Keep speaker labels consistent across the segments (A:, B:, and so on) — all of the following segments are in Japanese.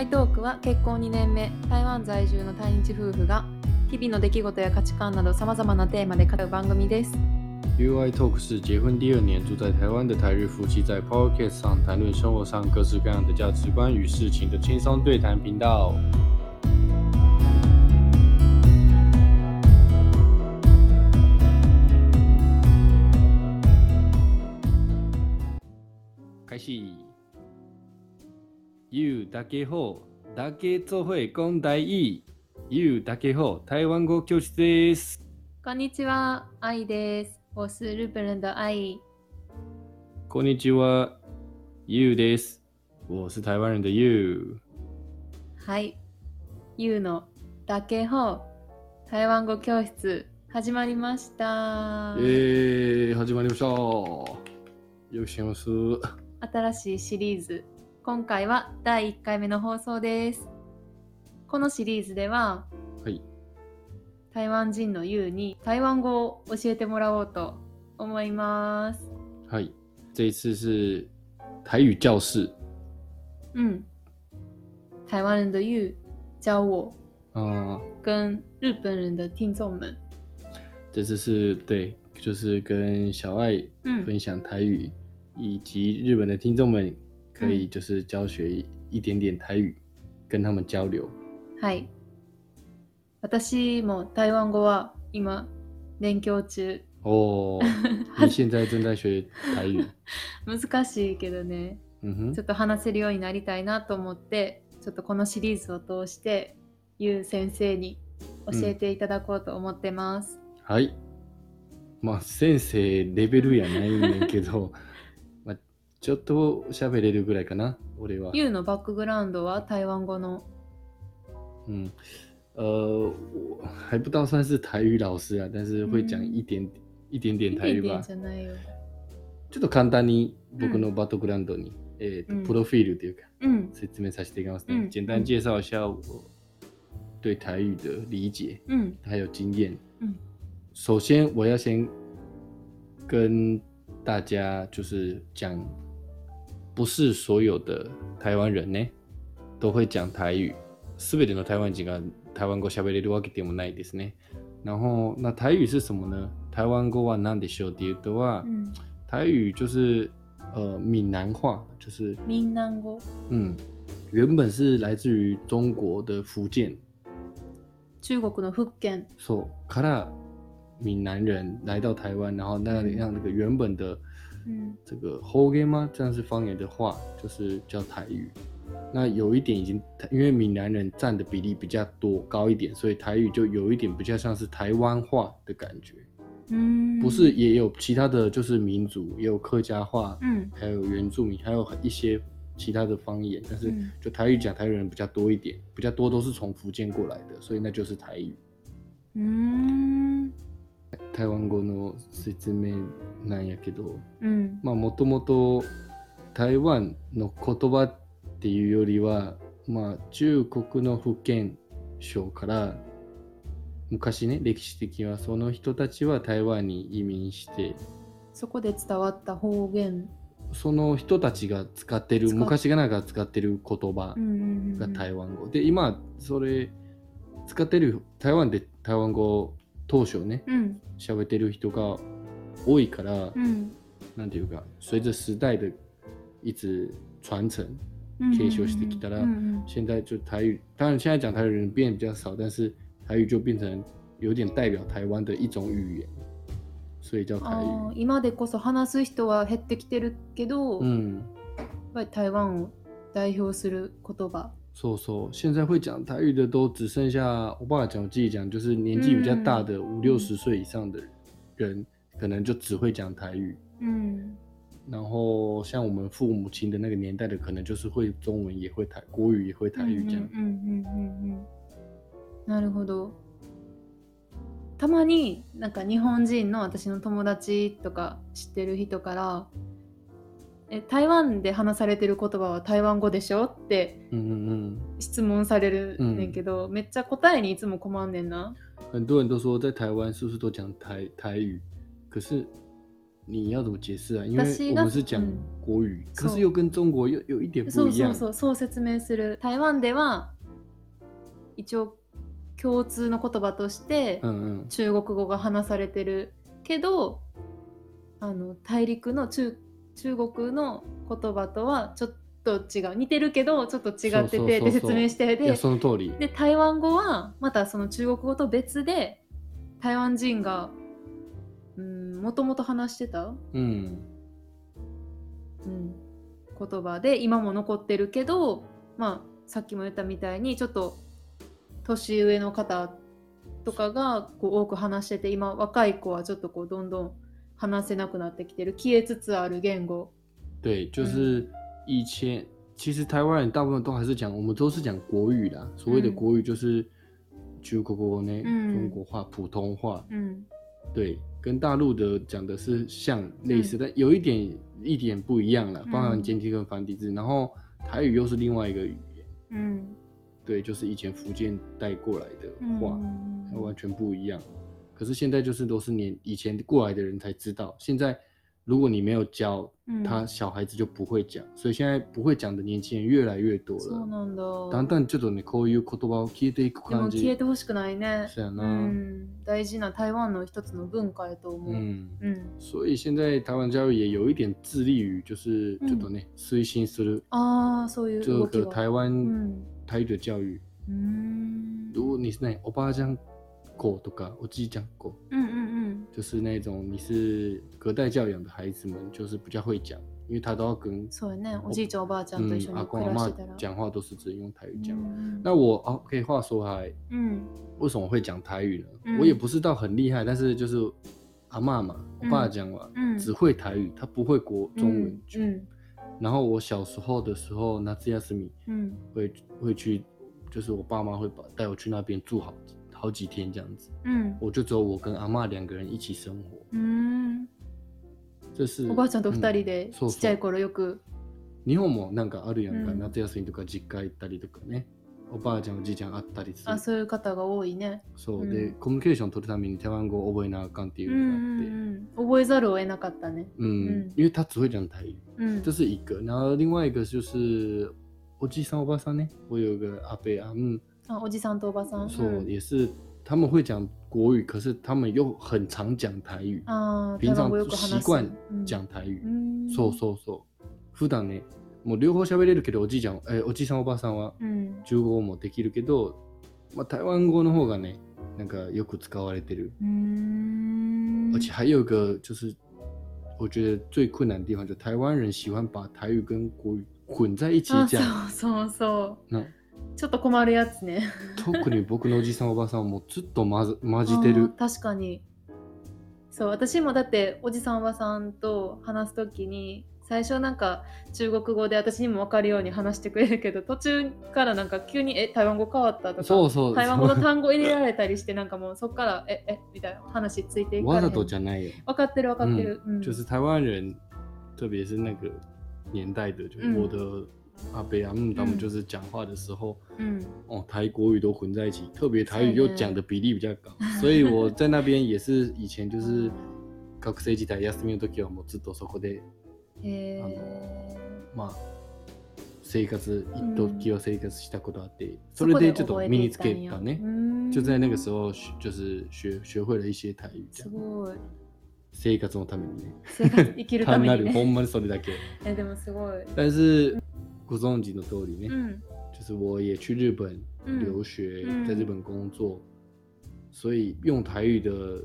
A: イトークは結婚2年目台湾在住の対日夫婦が日々の出来事や価値観などさまざまなテーマで語る番組です
B: UI Talk 是结婚第二年住在台湾的台日夫妻在 Podcast 上谈论生活上各式各样的价值观与事情的轻松对谈频道。开始。You だけほだけ做会講台语。You だけほ台湾語教室です。
A: こんにちは愛です我是日本人的愛
B: こんにちは、You です。我是台湾人的 You。
A: はい。ゆうのだけほ台湾語教室始まりました。
B: えー、始まりました。よします。
A: 新しいシリーズ。今回は第1回目の放送です。このシリーズでは、
B: はい
A: 台湾人のゆうに台湾語を教えてもらおうと思います。
B: はい、这一次是台语教室。
A: うん。台湾人的ゆう、教我
B: 嗯，
A: 跟日本人的听众们。
B: 这次是对，就是跟小爱
A: うん。
B: 分享台语，以及日本的听众们可以就是教学一点点台语，跟他们交流。
A: はい。私も台湾語は今勉強中。
B: 哦，你现在正在学台语？
A: 難しいけどね、
B: 嗯
A: ちょっ
B: 哼，
A: と話せるようになりたいなと思って、ちょっとこのシリーズを通して、ゆう先生に教えていただこうと思ってます。
B: はい。まあ先生レベルやないねん けど、まあちょっと喋れるぐらいかな、俺は。
A: ゆうのバックグラウンドは台湾語の。
B: 嗯，呃，我还不到算是台语老师啊，但是会讲
A: 嗯
B: 一点、一点点
A: い
B: 台
A: い
B: 语
A: 点
B: 吧
A: じ。ゃないよ。
B: ちょっと簡単に僕
A: うん
B: のバットグラウンドに、えーと
A: うん
B: プロフィールというか
A: うん、
B: 説明させていただきま
A: う
B: すね。
A: ん
B: 简单介绍一下我对台语的理解
A: うん、
B: 还有经验。
A: 嗯，
B: 首先我要先跟大家就是讲，不是所有的台湾人呢都会讲台语。すべての台湾人が台湾語喋れるわけでもないですね。然后，那台语是什么呢？台湾語は何でしょうっていうとは、
A: うん。
B: 台语就是呃闽南话，就是
A: みんな語。
B: 嗯，原本是来自于中国的福建，
A: 中国の福建。
B: 所から闽南人来到台湾，然后那里
A: 嗯
B: 让那个原本的
A: うん、
B: 这个 h o g a n 吗？这样是方言的话，就是叫台语。那有一点已经，因为闽南人占的比例比较多高一点，所以台语就有一点比较像是台湾话的感觉。
A: うん。
B: 不是，也有其他的就是民族，也有客家话，
A: うん、
B: 还有原住民，还有一些其他的方言，但
A: う
B: 是
A: ん。
B: 就台语讲台语人比较多一点，比较多都是从福建过来的，所以那就是台语。
A: うーん。
B: 台湾語の説明なんやけど、
A: うん。
B: まあもともと台湾の言葉っていうよりは、まあ中国の福建省から昔ね歴史的にはその人たちは台湾に移民して
A: そこで伝わった方言。
B: その人たちが使ってる
A: 使っ
B: 昔がなんか使ってる言葉
A: うんうんうんう
B: が
A: ん、
B: 台湾語、で今それ使ってる台湾で台湾語当初ね
A: うん
B: 喋ってる人が多いから、
A: うん
B: なんていうか随着时代的一直传承，
A: うん
B: 継承してきたら
A: うんうん
B: 现在就台语，当然现在讲台语人变得比较少，但是台语就变成有点代表台湾的一种语言，所以叫台
A: あー
B: 语。
A: 今でこそ話す人は減ってきてるけど、やっ
B: 嗯，
A: ぱり台湾を代表する言葉。
B: 说说现在会讲台语的都只剩下我爸爸讲，我自己讲，就是年纪比较大的五六十岁以上的人，可能就只会讲台语。
A: うん
B: 然后像我们父母亲的那个年代的，可能就是会中文，也会台国语，也会台语这样。
A: うんうんうんうんうんなるほど。たまになんか日本人の私の友達とか知ってる人から「え台湾で話されてる言葉は台湾語でしょ?」って
B: 嗯嗯嗯。
A: 質問されるねんけど、めっちゃ答えにいつも困んねんな。
B: 很多人都说在台湾是不是都讲台台语？可是你要怎么解释啊？因为
A: 私
B: 我
A: が
B: 们是讲
A: 嗯
B: 国语，可
A: そう
B: 是又跟中国又有一点
A: そ
B: 不
A: う
B: 一
A: そ
B: 样。
A: うそうそう説明する台湾では一応共通の言葉として
B: 嗯嗯，
A: 中国語が話されてるけどあの大陸の中中国の言葉とはちょっと違う似てるけどちょっと違って
B: そうそうそう
A: て
B: そう
A: で説明して
B: いや
A: で
B: その通り。
A: で台湾語はまたその中国語と別で台湾人がもともと話してた、
B: 嗯，
A: うん、言葉で今も残ってるけど、まあ、さっきも言ったみたいにちょっと年上の方とかがこう多く話してて今若い子はちょっとこうどんどん話せなくなってきてる消えつつある言語。
B: 对，就是以前、其实台湾人大部分都还是讲，我们都是讲国语啦。所谓的
A: 嗯
B: 国语就是中国国呢，
A: 嗯
B: 中国话、普通话，
A: うん
B: 对，跟大陆的讲的是像类似，但有一点一点不一样啦，包含
A: 嗯
B: 简体跟繁体字。然后台语又是另外一个语言，
A: うん
B: 对，就是以前福建带过来
A: う
B: 的话，
A: ん
B: 它完全不一样。可是现在就是都是年以前过来的人才知道，现在如果你没有教，
A: うん
B: 他小孩子就不会讲，所以现在不会讲的年轻人越来越多
A: そう
B: 了。
A: なんだ。
B: だんだんちょっとね、こういう言葉を消えていく
A: でも
B: 感
A: 消え
B: じ。
A: てほしくないね。
B: そうや
A: う
B: な。う
A: ん、
B: ん。
A: 大事な台湾の一つの文化やと思う。うん。
B: 嗯所以现在台湾教育也有一点致力于，就是
A: 嗯
B: ちょっとね、推進する
A: ああ、そういう
B: 这
A: 動き
B: 个
A: が。
B: 台湾
A: うん。
B: 台语的教育。
A: うーん。
B: 如果你是那欧巴讲狗とかおじいちゃん狗，
A: うんうん
B: 就是那种你是隔代教养的孩子们，就是比较会讲，因为他都要跟
A: うん。そうやね。おじいちゃんおばあちゃんと
B: 嗯
A: 一緒
B: 阿
A: に
B: 公
A: 暮
B: 阿
A: らしてた
B: 妈
A: ら。
B: 讲话都是只能用台语
A: う
B: 讲。
A: ん
B: 那我哦，OK，话说回来。
A: うん。
B: 为什么会讲台语呢？
A: 嗯
B: 我也不是到很厉害，但是就是阿嬷嘛，我爸讲嘛，
A: 嗯。
B: 只会台语，他不会国中文。
A: うん。
B: 然后我小时候的时候，那亚斯米
A: うん。
B: 会会去，就是我爸妈会把带我去那边住好好几天这样子，
A: うん。
B: 我就只有我跟阿嬷两个人一起生活。
A: うん。
B: 这是
A: おばあちゃんと二人
B: う
A: で
B: んそうそう
A: ちっちゃい頃よく。
B: 日本もなんかあるやんか、
A: うん
B: 夏休みとか実家行ったりとかね、おばあちゃんおじいちゃん会ったりする
A: あ、。そういう方が多いね。
B: そう、
A: うん
B: でコミュニケーション取るために台湾語を覚えなあかんっていううんのがあって。
A: うんうん。覚えざるを得なかったね。
B: 嗯
A: 嗯，
B: 因为他只会讲台语，
A: うん
B: 这。是一个。然后另外一个就是我记上我爸上呢，我有个阿伯阿姆，
A: あ、おじさんとおばさん。
B: 说
A: うん
B: 也是他们会讲国语，可是他们又很常讲台语，
A: ああ、
B: 平
A: 台湾
B: 常
A: 語よく
B: 习
A: 話す。
B: 惯
A: うん
B: 讲台语
A: う。ん。
B: そうそうそう。普段ね、もう両方喋れるけどおじいちゃん、えーおじいさんおばあさんは
A: うん。
B: 中国語もできるけど、まあ台湾語の方がね、なんかよく使われてる。
A: うーん。
B: 而且还有一个就是，我觉得最困难的地方，就台湾人喜欢把台语跟国语混在一起
A: あ、
B: 讲。
A: そうそうそ
B: 那
A: う。ちょっと困るやつね。
B: 特に僕のおじさんおばさんはもうずっと混ぜ混じ
A: あ
B: ってる
A: ー。確かに。そう、私もだっておじさんおばさんと話すときに、最初なんか中国語で私にも分かるように話してくれるけど、途中からなんか急に、え、台湾語変わったとか、
B: そうそう。
A: 台湾語の単語入れられたりして、なんかもうそっから、え、え、みたいな話ついていか
B: わ
A: れへ
B: ざ
A: ん
B: とじゃないよ。
A: 分かってる分かってる。うん
B: 就是台湾人，特别是那个年代的，就
A: 嗯
B: 我的阿伯阿姆他们就是讲话的时候，
A: うん
B: 哦，台国语都混在一起，特别台语
A: そう
B: 又
A: ね
B: 讲的比例比较 高，所以我在那边也是以前就是
A: うん。
B: 学生時代休みの時はもうずっとそこで
A: へ
B: あ
A: ー
B: まあ、生活一時を生活したことあって、そ
A: そ
B: れ
A: こ
B: で
A: で
B: ちょっと
A: 覚え
B: 身
A: て
B: に
A: い
B: つ
A: たん
B: け
A: や
B: たね
A: う。ーん
B: 就在那个时候学，就是学学会了一些台语，这
A: す
B: 样
A: ごい。
B: 生活のためにね。
A: 生活生きるた
B: 単
A: め
B: な
A: に
B: るほ
A: ね。
B: んまにそれだけ。
A: え、でもすごい。
B: 但是ご存知の通りね、
A: うん。
B: 就是我也去日本留学，
A: 嗯
B: 在日本工作，所以用台语的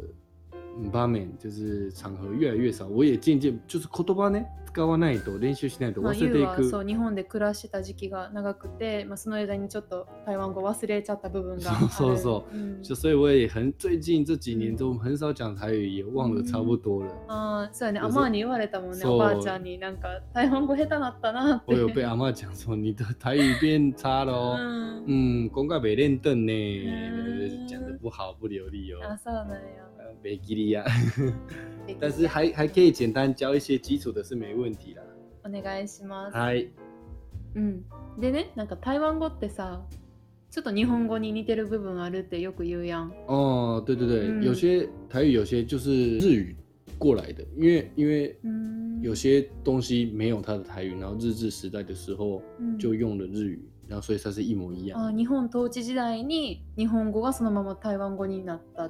B: 場面就是场合越来越少。我也渐渐就是言葉ね使わないと練習しないと
A: まあ、
B: 忘
A: ゆ
B: れて
A: う
B: い
A: は
B: く。
A: そう日本で暮らしてた時期が長くて、まあ、その間にちょっと台湾語忘れちゃった部分がある。。
B: そうそうそう
A: ん、
B: 就所以我也很最近这几年中很少讲台语，也忘了差不多了。
A: ああそうやね、
B: そう
A: アマーに言われたもんね、
B: そう
A: おばあちゃんになんか台湾語下手なったなって。
B: 我有被阿妈讲说你的台语变差了
A: う ん、
B: 哦，嗯，公告没练凳呢
A: 嗯，啊
B: 讲的不好不流利
A: あ
B: 哦，
A: そうなんや。
B: 呃没吉利呀。但是还还可以简单教一些基础的是没问题啦。
A: お願いします。
B: 嗨，
A: うん、でね、なんか台湾語ってさ、ちょっと日本語に似てる部分あるってよく言うやん。
B: 哦，对对对，
A: 嗯
B: 有些台语有些就是日语过来的，因为因为
A: 嗯，
B: 有些东西没有它的台语，然后日治时代的时候
A: うん
B: 就用了日语，然后所以它是一模一样
A: あ
B: 的。
A: 日本統治時代に日本語がそのまま台湾語になった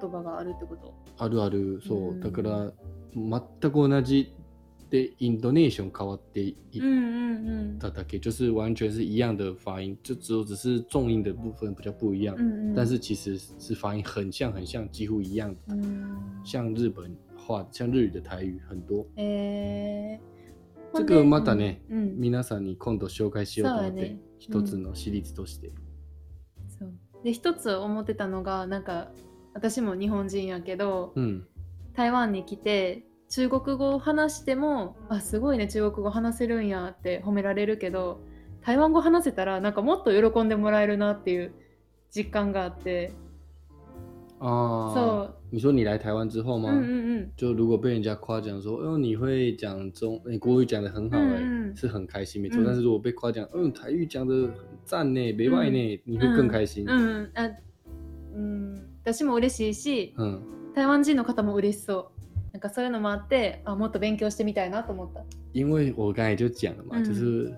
A: 言葉があるってこと
B: あるある、そうう。
A: ん
B: だから全く同じでインドネーション変わってい
A: うんうんうん
B: っただけ，就是完全是一样的发音，就只有只是重音的部分比较不一样，
A: うんうん
B: 但是其实是发音很像很像，几乎一样的。
A: うん
B: 像日本话，像日语的台语很多。
A: えー、
B: 这个またね
A: うんうん
B: 皆さんに今度紹介しようと思っ
A: そうだ
B: て
A: ね、
B: 一つのシリーズとして。
A: そうで一つ思ってたのがなんか私も日本人やけど、
B: うん。
A: 台湾に来て中国語を話してもあすごいね中国語話せるんやって褒められるけど台湾語話せたらなんかもっと喜んでもらえるなっていう実感があって
B: 啊，
A: そう
B: 你说你来台湾之后
A: う
B: 吗？
A: んうん
B: 就如果被人家夸奖说，哦，你会讲中，你国语讲的很好、哎、
A: 嗯嗯
B: 是很开心，没错。
A: 嗯
B: 但是如果被夸奖，嗯，台语讲的很赞呢，没坏呢，你会更开心。
A: うんうんあうん私も嬉しいし
B: 嗯，
A: 台湾人の方も嬉しそうなんかそういうのもあってあもっと勉強してみたいなと思った
B: 因为我刚才就讲了嘛，
A: 嗯
B: 就是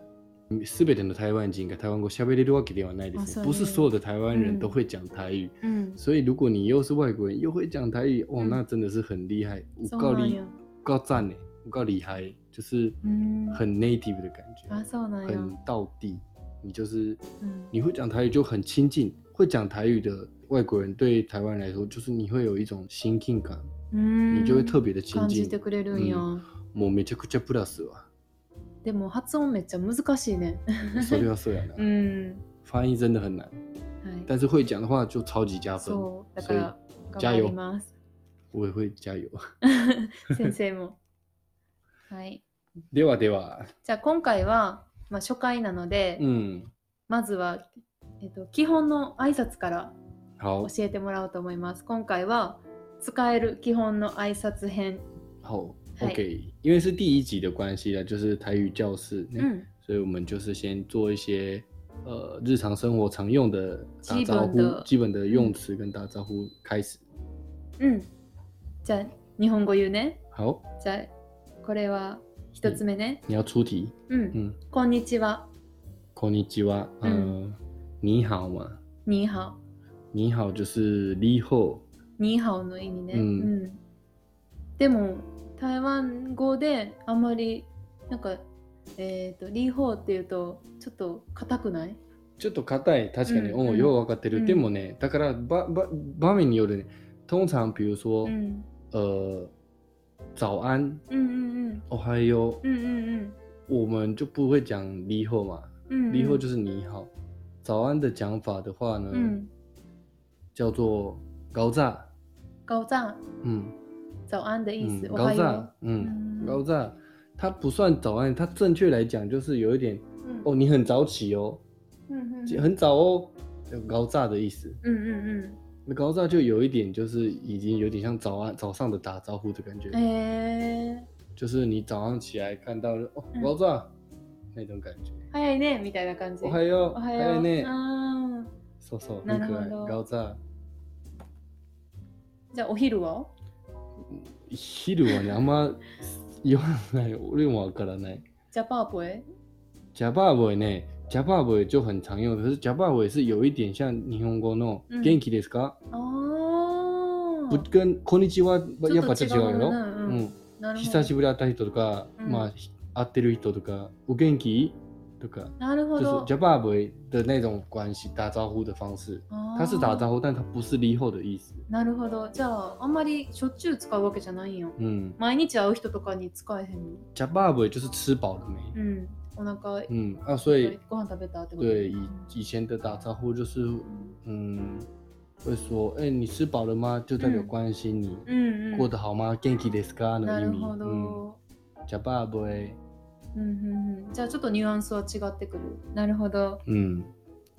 B: すべての台湾人が台湾語喋れるわけではないで
A: あ
B: す
A: そう
B: ね。
A: ね
B: 不是所有的台湾人
A: 嗯
B: 都会讲台语，
A: うん
B: 所以如果你又是外国人又会讲台语，哦，
A: 嗯
B: 那真的是很厉害，我
A: そう
B: 告
A: なん
B: 厉
A: や
B: 告赞呢，我告厉害，就是
A: 嗯
B: 很 native 的感觉，
A: あそうなんや
B: 很道地。你就是
A: うん
B: 你会讲台语就很亲近，会讲台语的外国人对台湾来说，就是你会有一种亲近感，
A: うん
B: 你就会特别的亲
A: 嗯感
B: 近
A: じ。てくれるんや、
B: うもうめちゃくちゃプラ スは。
A: でも発音めっちゃ難しいね
B: それはそうやな
A: う。ん
B: 发音真的很难，
A: はい、
B: 但是会讲的话就超级加分。
A: そうだから頑
B: 加
A: 張
B: 油
A: ります
B: 我也会加油。
A: 先生もはい
B: ではでは、
A: じゃあ今回は、まあ、初回なので、
B: 啊嗯，
A: まずは、えっと、基本の挨拶から
B: 好
A: 教，えてもらおうと思います今回は使える基本の挨拶編、
B: 好
A: 嗨
B: ，OK，因为是第一集的关系呢，就是台语教室，
A: う
B: 嗯，
A: ん、
B: 所以我们就是先做一些呃日常生活常用的打招
A: 基本的嗯
B: 呼，基本的用词跟打招呼开始。
A: うん、じゃあ日本語言うね
B: 好，
A: じゃあこれは一つ目ね、
B: 你要出题，
A: うん
B: 嗯，
A: こんにちは
B: こんにちは，嗯，你好嘛，
A: ニーハオ
B: 你好就是你好，
A: ニーハオの意味ね、
B: うん
A: んでも台湾語であまりなんかえっ、とリーホーっていうとちょっと硬くない
B: ちょっと硬い、確かに、
A: う
B: うんん、
A: うん
B: よう分かってる。
A: うん
B: でもね、だからばば場面によるね。通常、比如说
A: う、ん
B: 呃，早安、
A: うんうん
B: おはよ
A: うんうんうん
B: う，我们就不会讲你好嘛，
A: うん
B: 你好
A: うん
B: 就是你好。早安的讲法的话呢，
A: うん
B: 叫做高炸，
A: 高赞
B: 嗯，
A: 早安的意思
B: 嗯，
A: お
B: 高
A: はよ
B: 炸
A: う，
B: 嗯，
A: 嗯
B: 高炸，它不算早安，它正确来讲就是有一点
A: うん
B: 哦，你很早起哦，
A: うんうん
B: 很早哦，有高炸的意思。
A: うんうん
B: 那高炸就有一点，就是已经有点像早安早上的打招呼的感觉，
A: うんえー
B: 就是你早上起来看到哦
A: 嗯
B: 高炸、那种感觉。哦
A: 早いねみたいな感じ
B: おはよう，
A: おはよう
B: ね，
A: あ
B: そうそう，
A: な
B: 很
A: るほど
B: 可爱。高炸。
A: ーじゃあお昼は
B: 昼はね、あんま言わない。俺もわからない。
A: ジャパーポエ
B: ジャバーイね、ジャバーイ就很常用，可是ジャバーイ是有一点像日本語の
A: うん
B: 元気ですか？
A: あ
B: 不
A: ー
B: 跟こんにちはやっぱ
A: ち
B: 違
A: ょっと違
B: う
A: う
B: よ。
A: なうん
B: うん。
A: なるほど
B: 久しぶりに会った人とか、
A: うん
B: まあひ会ってる人とか、お元気とか。
A: なるほ
B: 就是
A: ど。
B: j a b a b 的那种关系打招呼的方式，
A: あー
B: 它是打招呼，但它不是离后的意思。
A: なるほど。じゃあ、あんまりしょっちゅう使うわけじゃないんよ。
B: 嗯
A: 毎日会う人とかに使えへんの。
B: j a b a b 就是吃饱了没？
A: うん。お腹、
B: 嗯啊，所以
A: ご飯食べたってこと
B: 对以以前的打招呼就是嗯会说，哎、你吃饱了吗？就代表
A: 嗯
B: 关心你、
A: うんうん。
B: 过得好吗？元気ですか？
A: な
B: 的意
A: る
B: 味。
A: ほ
B: 嗯
A: ど。
B: j a b a b
A: うんうんうん、じゃあちょっとニュアンスは違ってくる。なるほど。
B: 嗯，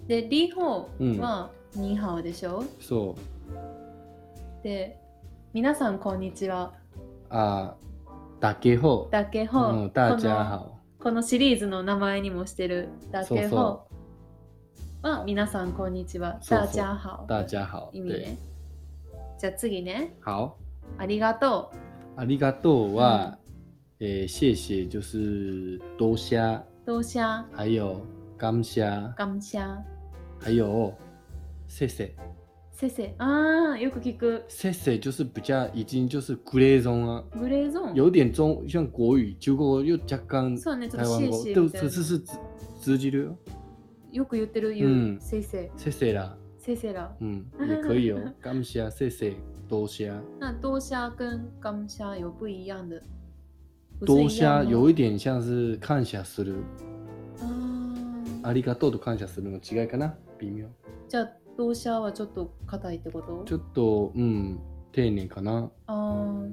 A: で、リホ
B: うん
A: ーはニーハオでしょ、
B: そう
A: で、皆さんこんにちは。
B: 啊，打给后，
A: だけほ、
B: 嗯，大家
A: この。
B: 好，
A: このシリーズの名前にもしてるだ
B: そう
A: けほ
B: そ
A: は皆さんこんにちは。
B: そうそう
A: 大家好。
B: 大家好，
A: 意味
B: 对，
A: ね。じゃあ次ね。
B: 好，
A: ありがと
B: 阿里嘎多哇，诶，谢谢就是多虾，
A: 多谢、
B: 还有感虾，
A: 感謝、
B: 还有谢谢，
A: 谢谢啊ー、よく聞く。
B: 谢谢就是比较已经就是グレー中啊，
A: グレーゾーン。
B: 有点中像国语，结果又若干
A: そうね、ちょっ
B: 台
A: と
B: 湾
A: 谢
B: 語，
A: 谢
B: 就
A: みたい
B: 只
A: な。
B: 是是直直接的哟，
A: よく言ってる言う、
B: うん
A: せいせ
B: 谢谢啦，
A: い、せいせいら。
B: 嗯，也可以哦，感谢谢谢多虾，
A: 那多虾跟刚虾有不一样的，不是
B: 多
A: 一样
B: 虾
A: 吗
B: 有一点像是感謝する，
A: あ
B: ありがとうと感謝するの違いかな，微妙。
A: ーじゃあ多虾はちょっと硬いってこと？
B: ちょっと、うん、丁寧かな。
A: あー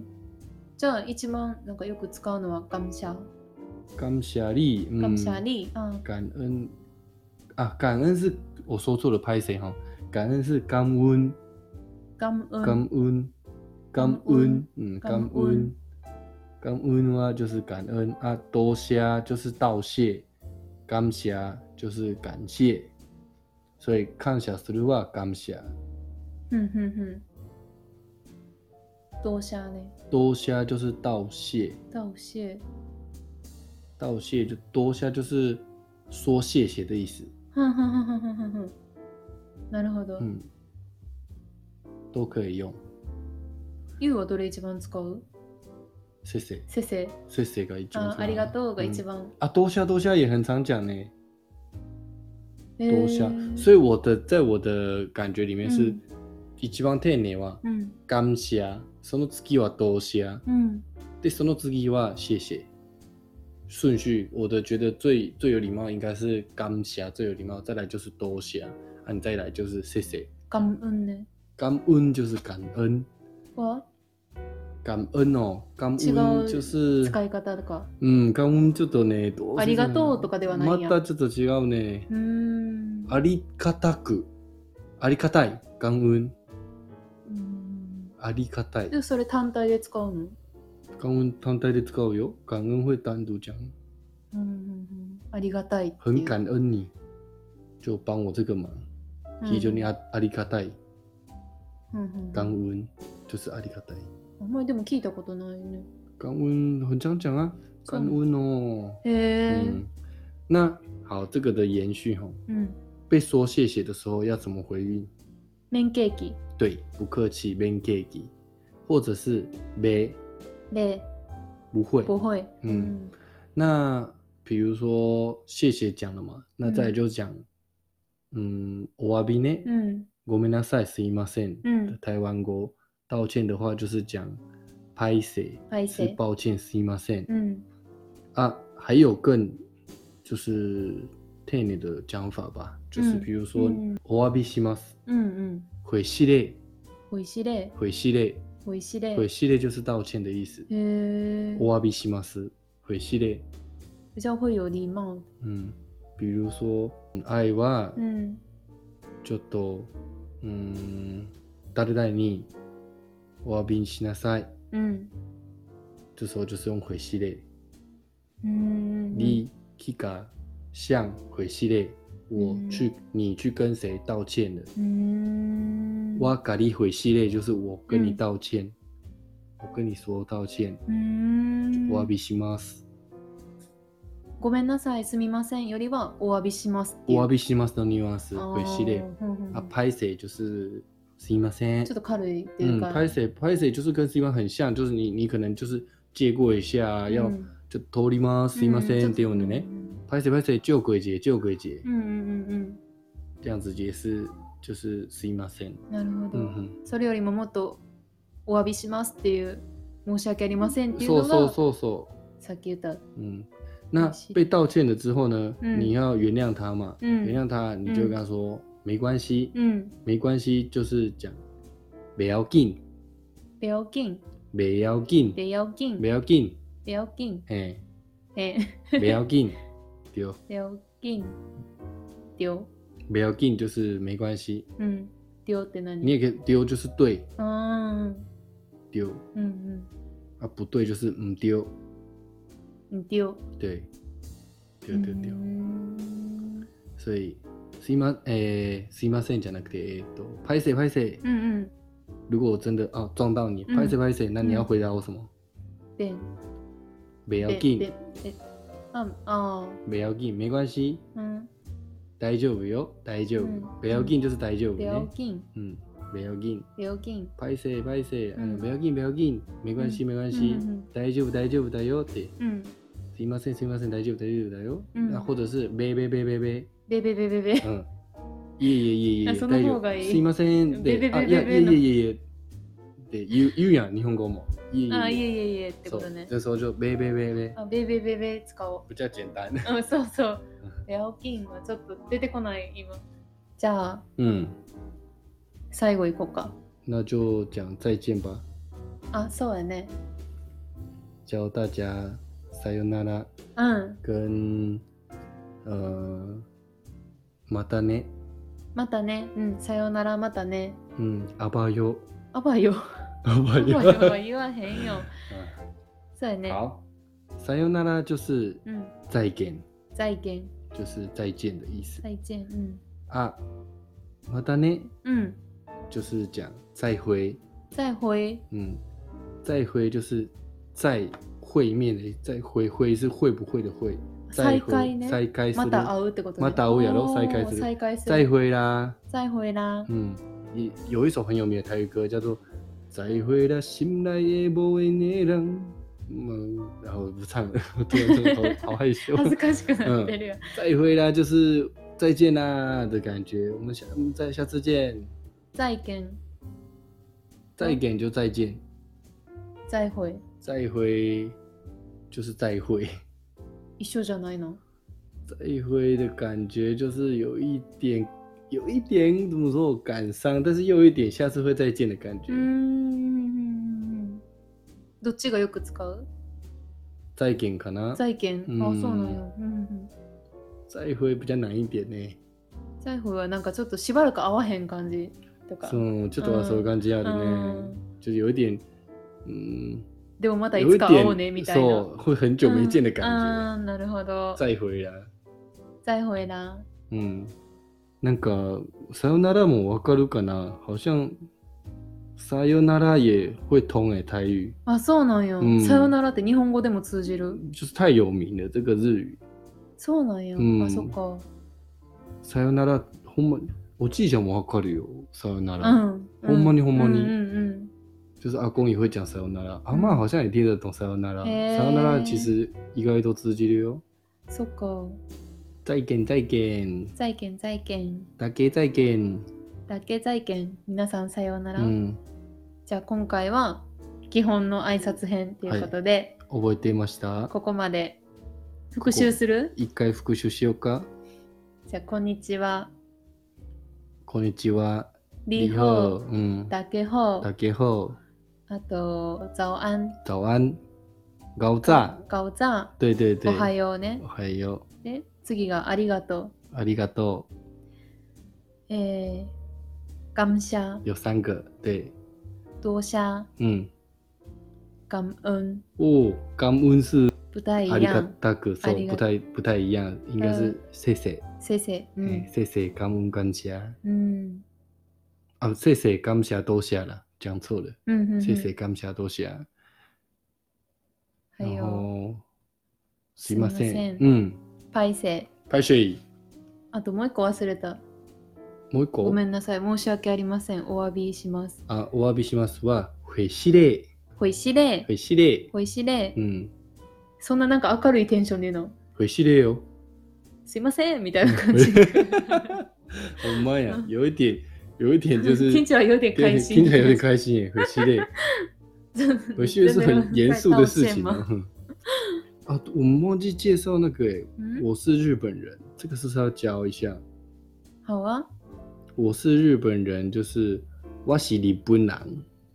A: じゃあ一番なんかよく使うのは感謝、
B: 感謝り、うん、
A: 感謝に、あー
B: 感恩。あ、感恩是我说错了，拍谁哈？感恩是感恩，
A: 感恩、
B: 感恩，感
A: 嗯感
B: 恩
A: 恩，
B: 嗯，
A: 感
B: 感
A: 恩
B: 恩，感恩啊，就是感恩啊，多谢就是道谢，感謝就是感谢，所以感謝するは啊感謝，
A: ふんふんふん。多謝ね、
B: 多謝就是道谢，
A: 道謝。
B: 道谢就多謝就是说谢谢的意思。
A: ふんふんふんふんふんふんふん。なるほど。
B: 嗯，都可以用。
A: You はどれ一番使う？
B: 谢谢，
A: せせ、
B: 谢谢が一番
A: あ
B: 常
A: ーありがとうが一
B: 嗯
A: 番。
B: 啊，多虾多虾也很常讲呢，多虾。
A: えー
B: 所以我的在我的感觉里面是
A: 嗯，
B: 一番丁寧は
A: うん
B: 感謝、その次は多虾，
A: うん
B: でその次は谢谢。顺序，我的觉得最最有礼貌应该是感謝最有礼貌，再来就是多虾，啊，你再来就是谢谢。
A: 感恩ね。
B: 感恩就是感恩，
A: は
B: 感恩哦，感
A: 違
B: 恩
A: う
B: 就是
A: 使い方とか。
B: うん、感恩ちょっとね、どう
A: ありがとうとかではないんや
B: またちょっと違うね
A: う。ーん。
B: ありがたく、ありがたい、感恩、
A: うん
B: ありがたい
A: で。もそれ単体で使うの。
B: 感恩単体で使うよ。感恩会单独讲。
A: うんうんうんありがたいっていう。
B: 很感恩你，就帮我这个忙。
A: うん
B: 非常にあありがたい、
A: うんうん
B: 感恩就是ありがたい。
A: あんまりでも聞いたことないね。
B: 感恩很常讲啊，
A: そう
B: 感恩哦。
A: へえ。
B: 嗯，那好，这个的延续哈、
A: うん。
B: 被说谢谢的时候要怎么回应？
A: 面ケーキ。
B: 对，不客气 b e n k e k i 或者是 b
A: で、
B: 不会。
A: 不会。
B: うん。那比如说谢谢讲了嘛，那再来就讲，嗯，お詫びね、
A: うん。
B: ごめんなさい、すいません
A: う
B: 的
A: ん。
B: 台湾語。道歉的话就是讲拍谁，
A: 拍
B: 是
A: 谁？
B: 抱歉，すいません
A: うん。
B: 啊。还有更就是丁寧的讲法吧，就是
A: 嗯
B: 比如说
A: 嗯
B: お詫びします、
A: うんうん。
B: 悔しれ、
A: おいしれ。
B: 悔しれ、
A: おいしれ。
B: 悔しれ就是道歉的意思。
A: へえ。
B: お詫びします。悔しれ。
A: 比较会有礼貌。
B: 嗯，比如说愛は
A: うん。
B: ちょっと、嗯，誰々にお詫びしなさい。
A: うん。
B: 这时候就是用悔しれ。
A: うんうんうん。
B: 你去が向悔しれ。我去，你去跟谁道歉了？
A: うーん。
B: 我咖喱悔しれ就是我跟你
A: 嗯
B: 道歉，我跟你说道歉。
A: うーん。
B: お詫びします。
A: ごめんなさい、すみませんよりはお詫びしますっていう。
B: お詫びしますのニュアンス悔しれ。
A: あーうんうん
B: 啊，拍谁就是すいません
A: ちょっ。と軽いってい
B: 嗯，
A: うか。
B: 拍谁拍谁就是跟 C 班很像，就是你你可能就是借过一下，要
A: うん
B: 就通ります、すいま
A: 嗯
B: せんっていうの
A: う
B: ね。
A: ん
B: 拍谁拍谁旧鬼节旧鬼节，
A: うんうん
B: 这样子也是就是すいません。
A: うん。なるほ
B: 嗯
A: ど。
B: 哼，
A: それよりももっとお詫びしますっていう申し訳ありませんっていう
B: そうそ
A: の
B: う
A: が
B: そうそう，
A: さっき言った。
B: 嗯，那被道歉了之后呢，
A: 嗯
B: 你要原谅他嘛，
A: 嗯
B: 原谅他你就跟他说没关系，
A: うん。
B: 没关系就是讲不要紧，
A: ベオキン、
B: 不要紧，
A: ベオキン、
B: 不
A: ベ
B: 要紧，
A: オキン、
B: 哎，
A: え、
B: 不要紧，对。
A: ベオキン、ディオ、
B: 不要紧，就是没关系。
A: うん、ディオって
B: 你
A: 何？
B: 也可以丢，就是对
A: あー
B: 丢
A: うん
B: 啊，不对就是唔丢。
A: うん、ディオ。
B: 对，丢丢丢
A: う。ん
B: 所以すいま诶、すいませんじゃなくてえっと拍谁拍谁。
A: うんうん。
B: 如果我真的哦撞到你，
A: 嗯
B: 拍谁拍谁，那你要
A: 嗯
B: 回答我什么？
A: 便
B: 不要
A: 便
B: 紧
A: 便，えああ
B: 不要紧，没关系，
A: 嗯
B: 大丈夫哟，大丈夫
A: 嗯，
B: 不要紧就是大丈夫
A: 料
B: ね。
A: 金
B: 嗯，不要紧，
A: 料金
B: 拍摄拍摄，
A: 嗯
B: 嗯，不要紧不要紧，没关系没关系
A: 嗯嗯，
B: 大丈夫大丈夫だよって，
A: 嗯
B: すいませんすいません大丈夫大丈夫だよ。
A: 嗯
B: 那或者是べべべべべ，
A: べべべべべ
B: 嗯，いえいえいえいえ
A: あその方がいい
B: すいません
A: べべべ
B: で、
A: べ
B: あいやい
A: べ
B: えい
A: の
B: えいえいえって言う言うやん日本語も。い
A: あ
B: え
A: い
B: い
A: えい
B: えいえ。
A: えいえって
B: そ
A: こ
B: う
A: とね
B: 这时候就べべべべ，
A: あべべべべ使おう
B: 比较简单。
A: うん、そうそう。料金はちょっと出てこない今。じゃあ
B: 嗯，
A: 最後行こうか。
B: 那就讲再见吧。
A: あ、そうやね。
B: 教大家撒由那拉
A: うん。
B: 跟呃马达内，
A: またね。うん。さようならまたね。
B: 嗯，阿巴哟，
A: あばよ。
B: 阿巴
A: あば
B: 哟，
A: よ は言わへんよ。そうやね。
B: 好，撒由那拉就是
A: うん。
B: 再见，
A: 再見。
B: 就是再见的意思
A: 再见。うん。
B: 啊。马达内
A: うん。
B: 就是讲再会，
A: 再会。
B: 嗯，再会就是再会面的再会，会是会不会的会，再
A: 再
B: 会
A: 会ね。
B: 再开始
A: また
B: 了，
A: 会うってことね。
B: また会うやろ
A: おー
B: 再会する
A: 再会す
B: 再
A: る。
B: 会啦。
A: 再会啦。
B: 嗯，也有一首很有名的台语歌叫做《再会了，心来也不为你人》。嗯，然后我不唱了， 突然真的好好害羞。
A: 恥ずかしくなってるよ。
B: 再会啦，就是再见啦的感觉。我们下我们再下次见，
A: 再見。
B: 再见就再见，
A: 再会。
B: 再会就是再会。
A: 一緒じゃないの
B: 再会的感觉就是有一点，有一点怎么说感伤，但是又有一点下次会再见的感觉。
A: うーん。どっちがよく使う
B: 再见可能，
A: 再見。
B: うん
A: あ、そうなんや。うんうんうん
B: 再会比较难一点呢、
A: 再会はなんかちょっとしばらく会わへん感じとか。
B: そうちょっとはそういう感じやるね、
A: うん
B: 就是有一点，嗯，
A: でもまたい
B: 有
A: つ
B: 一
A: か会おうね
B: 点
A: みたいな。
B: そう 会很久没见的感
A: あ
B: 觉。
A: あー、なるほど。
B: 再会啦，
A: 再会な。
B: 嗯，なんかさよならもわかるかな？好像さよなら也会通诶，台语
A: あ、そうなんや
B: うん。
A: さよならって日本語でも通じる。
B: 就是太有名了。这个日语
A: そうなんや
B: うん。
A: あ、そっか。
B: さよならほんまおじいちゃんもわかるよ。さよなら、
A: うん。
B: ほんまにほんまに
A: うんうん
B: 就是阿公也会讲さよなら，阿妈好像也听得懂さよなら。
A: へー
B: さよなら其实意外と通じるよ。
A: うん。そっか。
B: 再见再见。
A: 再見再見。
B: 大家再见。
A: だけ再見。皆さんさようなら。
B: うん、
A: じゃあ今回は基本の挨拶編ということで、
B: 覚えていました
A: ここまで復習する
B: 一回復習しようか。
A: じゃあこんにちは。
B: こんにちは。
A: リ
B: 你
A: ホー。
B: うん。
A: だけほ
B: 大
A: う。
B: 家好。
A: あと、早安。
B: 早安。高炸。
A: ガオザ
B: 对对
A: お
B: 对。
A: はようね
B: お。はよ
A: で、次がありがと
B: う。ありがと
A: う。えー、感謝、
B: う。有三个。对。
A: 多謝、
B: うん。
A: 感恩、
B: おお、感恩是
A: 不太一
B: ありが
A: 样、
B: たく。そう
A: あり、
B: 不
A: が
B: 太不太一样。应该是谢谢。
A: 先生。う
B: え
A: ん。
B: 谢谢、感恩、感謝。
A: うん。
B: あ、谢谢、感謝、多謝了。讲错了。
A: うんうんうん。
B: 谢谢、感謝、多謝。
A: は
B: 然
A: よ
B: 后すいませ
A: すいま
B: ん。
A: せ
B: うん。
A: う。パイセイ。
B: 拍水。
A: あともう一個忘れた。
B: もう一個
A: ごめんなさい。申し訳ありません。お詫びします。
B: あお詫びしますは、フェシレ、
A: ほいしれ
B: フ。ェシレ。
A: ほいしれ
B: う。ん、
A: そんななんか明るいテンションで言うの。
B: フェシレよ。
A: すいませんみたいな感 じで。
B: ほんまや、有一点、有一点就 是
A: 听起来有点
B: 对
A: 开心。
B: 听起来有点开心耶。フェシレ，フェシレ是很严肃 的事情
A: 吗？
B: 啊。啊，我们忘记介绍那个耶，
A: 嗯，
B: 我是日本人，这个是不是要教一下？
A: 好啊。
B: 我是日本人，就是我是日本人，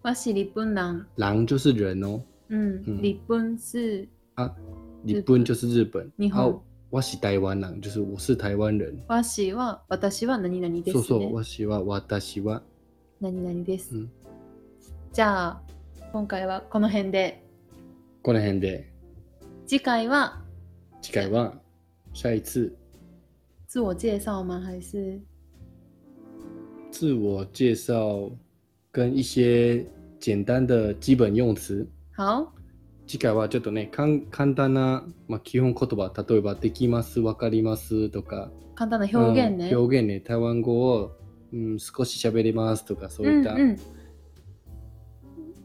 A: 我是日本人。
B: 人就是人哦，
A: 嗯
B: 嗯，
A: 日本是
B: 日本就是日本，
A: 日
B: 然
A: 本
B: 后我是台湾人，就是我是台湾人。
A: わしは私は何々です、
B: そう
A: ね。
B: そう、わしは、私は。
A: 何々です、
B: うん
A: じゃあ今回はこの辺で。
B: この辺で、
A: 次回は
B: 次回は、下一次、
A: 自我介绍吗？还是
B: 自我介绍跟一些简单的基本用词。
A: 好？
B: 次回はちょっとね、かん簡単な、まあ、基本言葉、例えば、できます、わかりますとか、
A: 簡単な表現ね。
B: うん表現ね、台湾語を、うん、少し喋れますとか、そういった
A: 嗯嗯，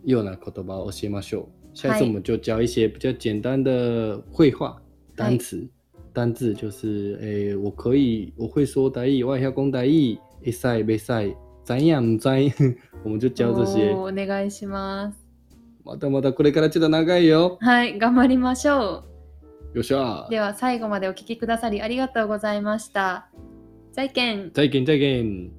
B: ような言葉を教えましょう。下一次我们就教一些比较简单的绘画单词，单字就是诶、我可以，我会说台语，我会讲台语，会塞袂塞，怎样唔知， 我们就教这些。
A: お願いします。
B: またまたこれからちょっと長いよ。
A: はい、頑張りましょ
B: よっしゃ
A: う。。では最後までお聞きくださりありがとうございました。再見。
B: 再见再见。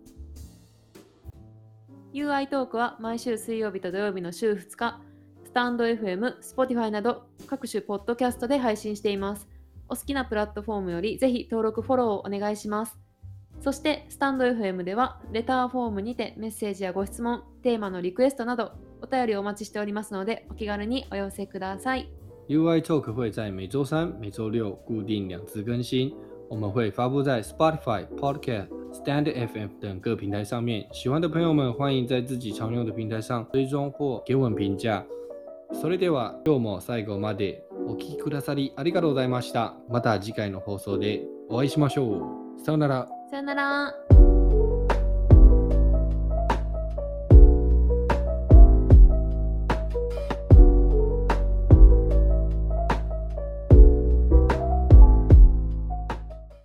A: UI トークは毎週水曜日と土曜日の週2日、スタンド FM、Spotify など各種ポッドキャストで配信しています。お好きなプラットフォームよりぜひ登録、フォローをお願いします。そして、スタンド FM では、レターフォームにてメッセージやご質問、テーマのリクエストなど、お便りをお待ちしておりますので、お気軽にお寄せください。
B: UI Talk 会在每周三、每周六固定两次更新，我们会发布在 Spotify、Podcast、Stand FM 等各平台上面。喜欢的朋友们，欢迎在自己常用的平台上追踪或给我们评价。それでは今日も最後までお聞きくださりありがとうございました。また次回の放送でお会いしましょう。さようなら。
A: さよなら。